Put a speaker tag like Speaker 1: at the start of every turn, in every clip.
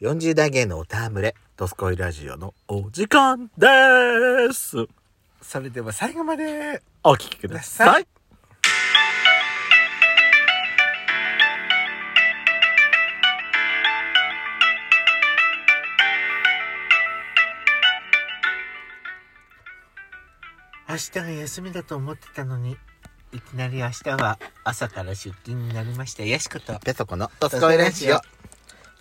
Speaker 1: 40代芸のおたむれ、ドスコイラジオのお時間です。
Speaker 2: それでは最後まで
Speaker 1: お聞きください。
Speaker 2: 明日が休みだと思ってたのにいきなり明日は朝から出勤になりましたやしこと
Speaker 1: ペソコのドスコイラジオ。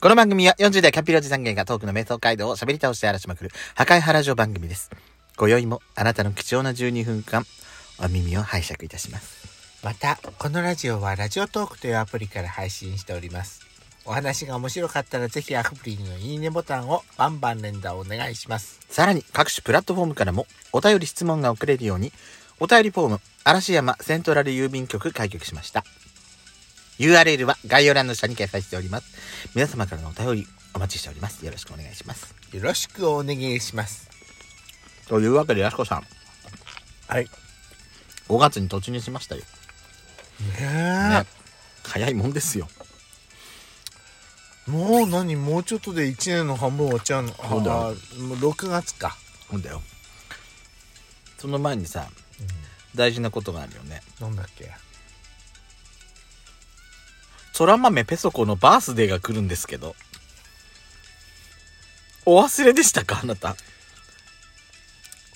Speaker 1: この番組は40代キャピロジ三元がトークの瞑想街道を喋り倒して荒らしまくる破壊原城番組です。今宵もあなたの貴重な12分間、お耳を拝借いたします。
Speaker 2: またこのラジオはラジオトークというアプリから配信しておりますお話が面白かったらぜひアプリのいいねボタンをバンバン連打お願いします
Speaker 1: さらに各種プラットフォームからもお便り質問が送れるようにお便りフォーム嵐山セントラル郵便局開局しました URL は概要欄の下に掲載しております皆様からのお便りお待ちしておりますよろしくお願いします
Speaker 2: よろしくお願いします
Speaker 1: というわけでやすこさん
Speaker 2: はいね
Speaker 1: 5月に突入しましたよ、ね
Speaker 2: え、
Speaker 1: 早いもんですよ
Speaker 2: もう何もうちょっとで1年の半分終わっちゃうの
Speaker 1: そうだよ
Speaker 2: あーもう6月か
Speaker 1: ほんだよその前にさ、大事なことがあるよね
Speaker 2: なんだっけ
Speaker 1: そら豆ペソコのバースデーが来るんですけどお忘れでしたかあなた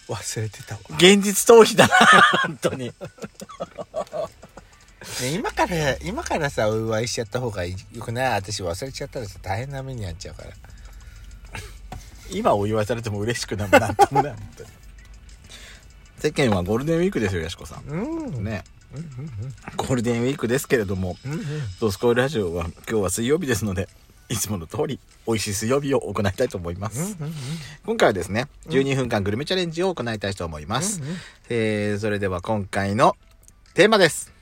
Speaker 2: 忘れてたわ、
Speaker 1: 現実逃避だな本当に
Speaker 2: ね今から今からさお祝いしちゃった方がいいよくない私忘れちゃったらさ大変な目に遭っちゃうから
Speaker 1: 今お祝いされても嬉しくなもなんともない本当に世間はゴールデンウィークですよやしこさん
Speaker 2: うん
Speaker 1: ねゴールデンウィークですけれども
Speaker 2: うんうん
Speaker 1: 「ドスコイラジオ」は今日は水曜日ですのでいつもの通り美味しい水曜日を行いたいと思います、
Speaker 2: うん
Speaker 1: 今回はですね12分間グルメチャレンジを行いたいと思います、
Speaker 2: うんうん
Speaker 1: えーそれでは今回のテーマです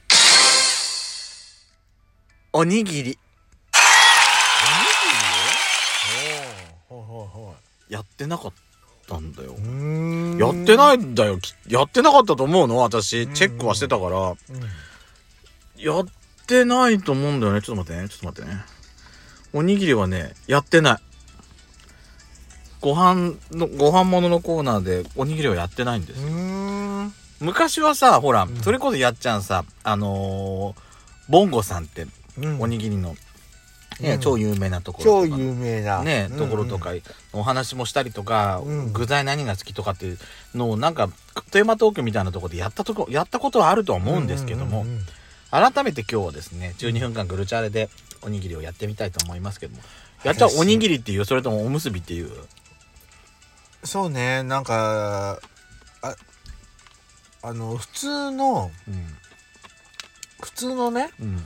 Speaker 1: おにぎり
Speaker 2: おーほいほいほ
Speaker 1: やってなかったんだよ、
Speaker 2: いうーん
Speaker 1: やってないんだよ。きやってなかったと思うの私、チェックはしてたから。やってないと思うんだよね。ちょっと待ってね。ちょっと待ってね。おにぎりはね、やってない。ご飯の、ご飯物のコーナーでおにぎりはやってないんです
Speaker 2: う
Speaker 1: よ。
Speaker 2: んうーん
Speaker 1: 昔はさ、ほら
Speaker 2: ん、
Speaker 1: それこそやっちゃんさ、あのー、ボンゴさんって、
Speaker 2: うん
Speaker 1: おにぎりの、ね
Speaker 2: うん
Speaker 1: 超有名なところ
Speaker 2: 超
Speaker 1: とかの。
Speaker 2: 有名な
Speaker 1: ね
Speaker 2: うん
Speaker 1: ところとかお話もしたりとか、
Speaker 2: うん
Speaker 1: 具材何が好きとかっていうのをなんかテーマトークみたいなところでやったとこやったことはあるとは思うんですけども、
Speaker 2: うんうんうん
Speaker 1: 改めて今日はですね12分間グルチャレでおにぎりをやってみたいと思いますけどもやっちゃうおにぎりっていうそれともおむすびっていう
Speaker 2: そうねなんかああの普通の
Speaker 1: うん
Speaker 2: 普通のね
Speaker 1: うん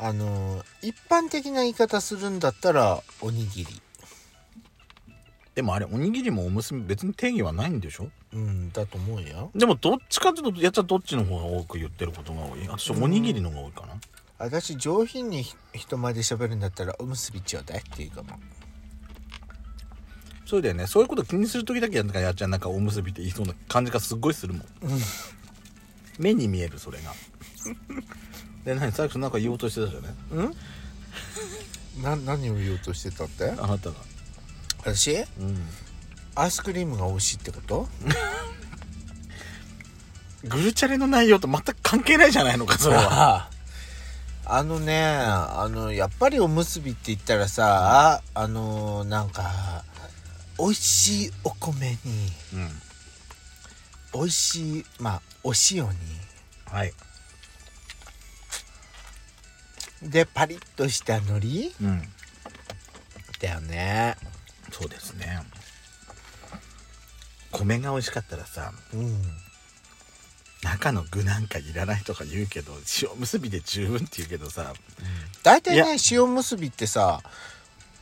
Speaker 2: あの一般的な言い方するんだったらおにぎり
Speaker 1: でもあれおにぎりもおむすび別に定義はないんでしょ
Speaker 2: うんだと思うよ
Speaker 1: でもどっちかというとやっちゃうどっちの方が多く言ってることが多い私おにぎりの方が多いかな、
Speaker 2: 私上品にひ人前で喋るんだったらおむすびちょうだいっていうかも
Speaker 1: そうだよねそういうこと気にする時だけなんかやっちゃうなんかおむすびって言いそうな感じがすっごいするもん目に見えるそれがで何最初なんか言おうとしてたじゃない
Speaker 2: うんな何を言おうとしてたって
Speaker 1: あなたが
Speaker 2: 私
Speaker 1: うん
Speaker 2: アイスクリームが美味しいってこと
Speaker 1: グルチャレの内容と全く関係ないじゃないのかそれは
Speaker 2: あのねあのやっぱりおむすびって言ったらさあのなんか美味しいお米に
Speaker 1: うん
Speaker 2: 美味しいまあお塩
Speaker 1: はい
Speaker 2: にでパリッとした海苔
Speaker 1: うん
Speaker 2: だよね
Speaker 1: そうですね米が美味しかったらさ
Speaker 2: うん
Speaker 1: 中の具なんかいらないとか言うけど塩結びで十分って言うけどさ
Speaker 2: 大体
Speaker 1: いや
Speaker 2: ね塩むすびってさ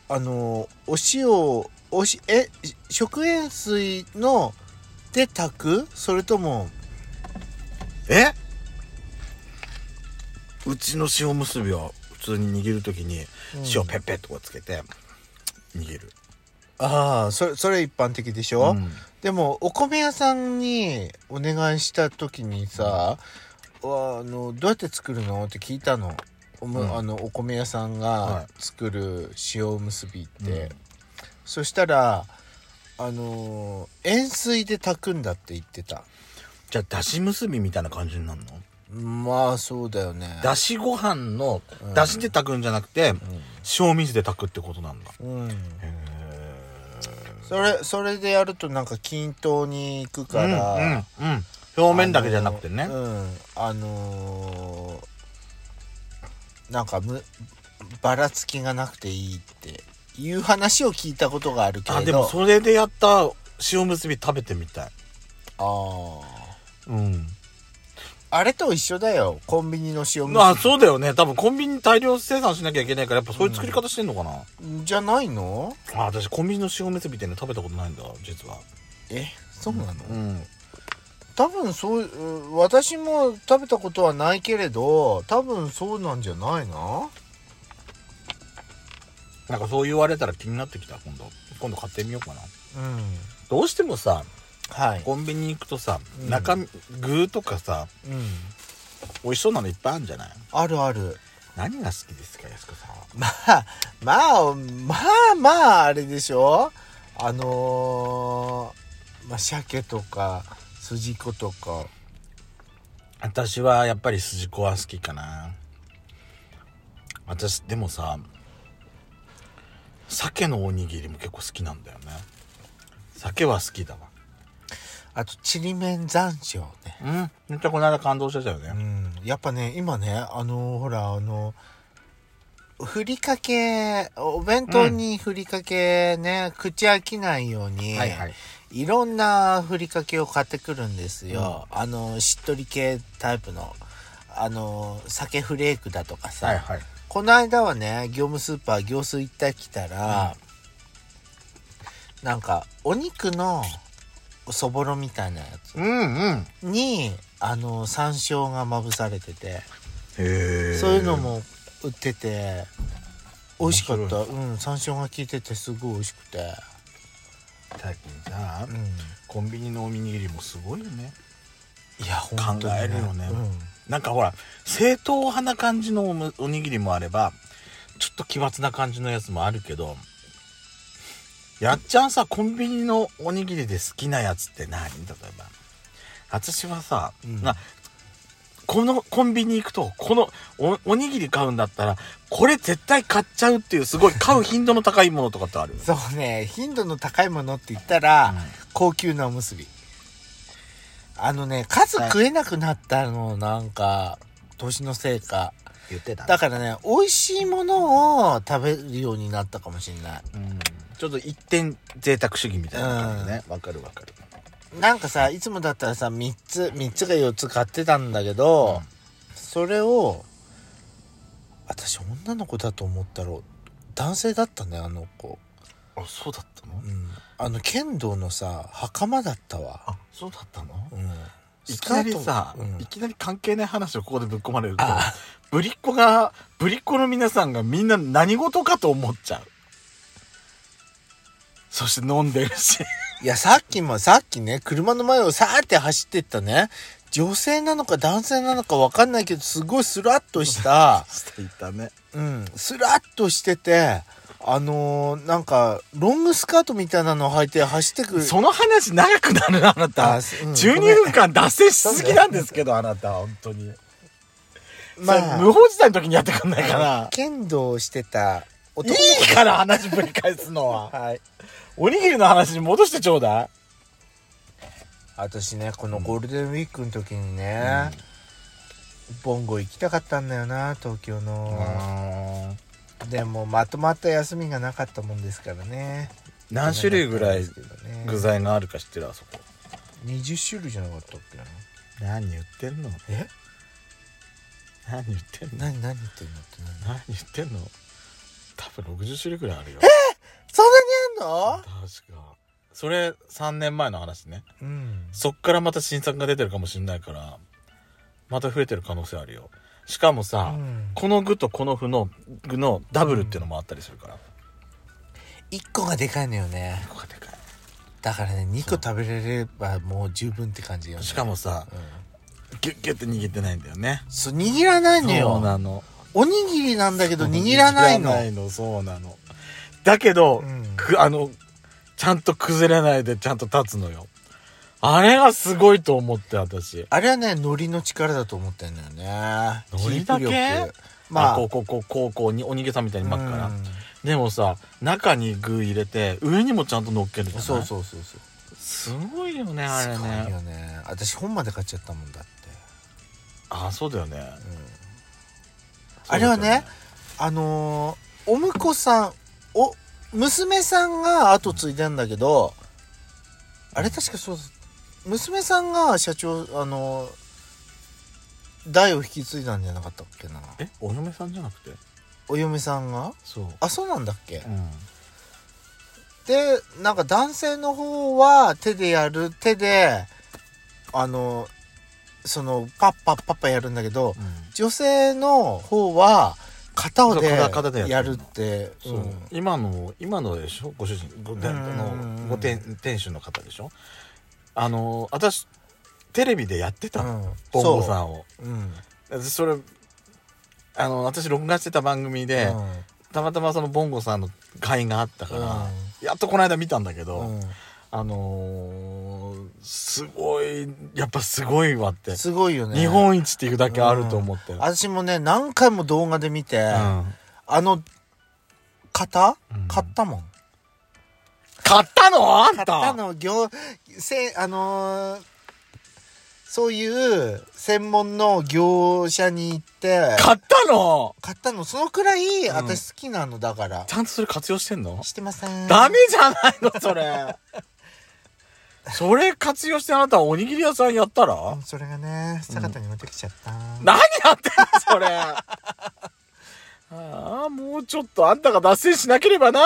Speaker 2: あのお塩をおしえ食塩水ので炊くそれとも
Speaker 1: えうちの塩結びは普通に握る時に塩ペッペッとかつけて握る、
Speaker 2: ああそれそれ一般的でしょ、でもお米屋さんにお願いした時にさ「あのどうやって作るの?」って聞いたのおも
Speaker 1: うん
Speaker 2: あのお米屋さん
Speaker 1: は
Speaker 2: が
Speaker 1: い
Speaker 2: 作る塩おむすびって、
Speaker 1: うん
Speaker 2: そしたらあのー塩水で炊くんだって言ってた
Speaker 1: じゃあだし結びみたいな感じになるの
Speaker 2: まあそうだよね
Speaker 1: だしご飯のだしで炊くんじゃなくて、塩水で炊くってことなんだ
Speaker 2: うん
Speaker 1: へ
Speaker 2: それそれでやるとなんか均等にいくから、
Speaker 1: うんうん、うん、表面だけじゃなくてね、
Speaker 2: あのうんあのーなんかむばらつきがなくていいっていう話を聞いたことがあるけれど
Speaker 1: あでもそれでやった塩結び食べてみたい
Speaker 2: あ
Speaker 1: うん
Speaker 2: ーあれと一緒だよコンビニの塩
Speaker 1: あ
Speaker 2: むす
Speaker 1: そうだよね多分コンビニ大量生産しなきゃいけないからやっぱそういう作り方してんのかな、
Speaker 2: びじゃないの
Speaker 1: あ私コンビニの塩結びってね食べたことないんだ実は
Speaker 2: えそうなの、
Speaker 1: うん
Speaker 2: 多分そううん私も食べたことはないけれど多分そうなんじゃないな
Speaker 1: なんかそう言われたら気になってきた今度今度買ってみようかな
Speaker 2: うん
Speaker 1: どうしてもさ
Speaker 2: はい、
Speaker 1: コンビニ行くとさ、
Speaker 2: うん
Speaker 1: 中身具とかさ
Speaker 2: うん、
Speaker 1: 美味しそうなのいっぱいあるんじゃない
Speaker 2: あるある
Speaker 1: 何が好きですか安子さんは
Speaker 2: まあ、まあ、まあまあ、あれでしょあのー、まあ、鮭とか、筋子とか。
Speaker 1: 私はやっぱり筋子は好きかな私でもさ鮭のおにぎりも結構好きなんだよね鮭は好きだわ
Speaker 2: あと、ちりめん山椒ね。
Speaker 1: うんめっちゃこの間感動してたよね、
Speaker 2: うん。やっぱね、今ね、あのーほら、あのふりかけ、お弁当にふりかけね、口飽きないように、
Speaker 1: はいはい
Speaker 2: いろんなふりかけを買ってくるんですよ。あの、しっとり系タイプの、あの、鮭フレークだとかさ、
Speaker 1: はいはい
Speaker 2: この間はね業務スーパー業数行ってきたら、なんかお肉のそぼろみたいなやつ
Speaker 1: うんうん
Speaker 2: にあの山椒がまぶされてて
Speaker 1: へえ
Speaker 2: そういうのも売ってて美味しかったうん山椒が効いててすごい美味しくて
Speaker 1: 最近さ、
Speaker 2: うん
Speaker 1: コンビニのおにぎりもすごいよね
Speaker 2: いや本当
Speaker 1: 考
Speaker 2: に
Speaker 1: えるよね
Speaker 2: うん
Speaker 1: なんかほら正統派な感じのおむおにぎりもあればちょっと奇抜な感じのやつもあるけどやっちゃんさコンビニのおにぎりで好きなやつって何例えば私はさ、
Speaker 2: うん
Speaker 1: なこのコンビニ行くとこのおおにぎり買うんだったらこれ絶対買っちゃうっていうすごい買う頻度の高いものとかってある
Speaker 2: そうね頻度の高いものって言ったら、
Speaker 1: うん
Speaker 2: 高級なおむすびあのね数食えなくなったのなんか年のせいか
Speaker 1: 言ってた
Speaker 2: だからね美味しいものを食べるようになったかもしれない
Speaker 1: うんちょっと一点贅沢主義みたいな感じねわ、かるわかる
Speaker 2: なんかさいつもだったらさ3つ3つか4つ買ってたんだけど、それを私女の子だと思ったろ男性だったねあの子、
Speaker 1: あそうだったの
Speaker 2: うん、あの剣道のさ袴だったわ
Speaker 1: あそうだったの
Speaker 2: うん
Speaker 1: いきなりさ、
Speaker 2: うん
Speaker 1: いきなり関係ない話をここでぶっ込まれると
Speaker 2: あ
Speaker 1: ぶりっ子がぶりっ子の皆さんがみんな何事かと思っちゃうそして飲んでるし
Speaker 2: いや、さっきも、さっきね、車の前をさーって走ってったね。女性なのか男性なのかわかんないけど、すごいスラッとした、
Speaker 1: していたね
Speaker 2: うん、スラッとしてて、あのーなんか、ロングスカートみたいなのを履いて走ってくる。
Speaker 1: その話長くなるなあなた、
Speaker 2: あすうん
Speaker 1: 12
Speaker 2: ごめん
Speaker 1: 分間脱線しすぎなんですけどあなた本当にま
Speaker 2: ま
Speaker 1: あ
Speaker 2: あ
Speaker 1: 無法事態の時にやってくんないかな
Speaker 2: 剣道をしてた
Speaker 1: い
Speaker 2: 男の子
Speaker 1: いから話ぶり返すのは
Speaker 2: はい。
Speaker 1: おにぎりの話に戻してちょうだい
Speaker 2: 私ね、このゴールデンウィークの時にね、ボンゴ行きたかったんだよな、東京の。でも、まとまった休みがなかったもんですからね。
Speaker 1: 何種類ぐらい具
Speaker 2: 具
Speaker 1: 材があるか知ってるあそこ
Speaker 2: 20種類じゃなかったっけな
Speaker 1: 何言ってんの
Speaker 2: え
Speaker 1: 何言ってんの
Speaker 2: 何何言ってんのって何
Speaker 1: 何言ってんの多分60種類ぐらいあるよ
Speaker 2: そんなにあんの
Speaker 1: 確かそれ3年前の話ね
Speaker 2: うん
Speaker 1: そっからまた新作が出てるかもしんないからまた増えてる可能性あるよしかもさ、
Speaker 2: うん
Speaker 1: この具とこの具の具のダブルっていうのもあったりするから、
Speaker 2: 1個がでかいのよね
Speaker 1: ここがでか
Speaker 2: だからね2個食べれればもう十分って感じよ
Speaker 1: い
Speaker 2: ね
Speaker 1: しかもさ、
Speaker 2: うん
Speaker 1: ギュッギュッて握ってないんだよね
Speaker 2: そう握らないの
Speaker 1: そう
Speaker 2: よ
Speaker 1: なの
Speaker 2: おにぎりなんだけど握らないの
Speaker 1: 握らないのそうなのだけど、
Speaker 2: うん
Speaker 1: くあのちゃんと崩れないでちゃんと立つのよあれがすごいと思って私
Speaker 2: あれはね海苔の力だと思ってんだよね
Speaker 1: 海苔だけ
Speaker 2: キープ力
Speaker 1: ま
Speaker 2: ま
Speaker 1: あ
Speaker 2: あ
Speaker 1: こうこうこうこうこうにお逃げさんみたいに巻くから、
Speaker 2: うん
Speaker 1: でもさ中に具入れて上にもちゃんと乗っけるじゃない
Speaker 2: そうそうそうそう
Speaker 1: すごいよねあ
Speaker 2: す
Speaker 1: れ
Speaker 2: ごい
Speaker 1: ね
Speaker 2: よね私本まで買っちゃったもんだって、
Speaker 1: あそうだよね
Speaker 2: うん
Speaker 1: そう
Speaker 2: あ
Speaker 1: だ
Speaker 2: れ
Speaker 1: よ
Speaker 2: はねあのーお婿さんお娘さんが後継いでんだけどあれ確かそう娘さんが社長あのー代を引き継いだんじゃなかったっけな
Speaker 1: えお嫁さんじゃなくて
Speaker 2: お嫁さんが
Speaker 1: そう
Speaker 2: あそうなんだっけ
Speaker 1: うん
Speaker 2: でなんか男性の方は手でやる手であのそのパッパッパッパやるんだけど女性の方は型
Speaker 1: そう
Speaker 2: で
Speaker 1: 片片でや
Speaker 2: や
Speaker 1: ってん
Speaker 2: る
Speaker 1: の
Speaker 2: って
Speaker 1: そう、
Speaker 2: うん
Speaker 1: 今の今のでしょご主人ご,、であ
Speaker 2: う
Speaker 1: の
Speaker 2: ん
Speaker 1: ご店店主の方でしょあの私テレビでやってたの、
Speaker 2: うん
Speaker 1: ボンゴさんを
Speaker 2: うんうん
Speaker 1: 私それあの私録画してた番組で、たまたまそのボンゴさんの会があったから、やっとこの間見たんだけど、
Speaker 2: うん
Speaker 1: あのーすごいやっぱすごいわって、
Speaker 2: すごいよね
Speaker 1: 日本一っていうだけあると思ってる、うん
Speaker 2: 私もね何回も動画で見て、あの型
Speaker 1: うん
Speaker 2: 買ったもん、
Speaker 1: 買ったのあん
Speaker 2: 買
Speaker 1: た
Speaker 2: ったの業せあのーそういう専門の業者に行って
Speaker 1: 買ったの
Speaker 2: 買ったのそのくらい
Speaker 1: うん
Speaker 2: 私好きなのだから、
Speaker 1: ちゃんとそれ活用してんの
Speaker 2: してません
Speaker 1: ダメじゃないのそれそれ活用してあなたはおにぎり屋さんやったら、
Speaker 2: うんそれがね坂田に持ってきちゃった、
Speaker 1: 何やってんのそれああもうちょっとあんたが脱線しなければな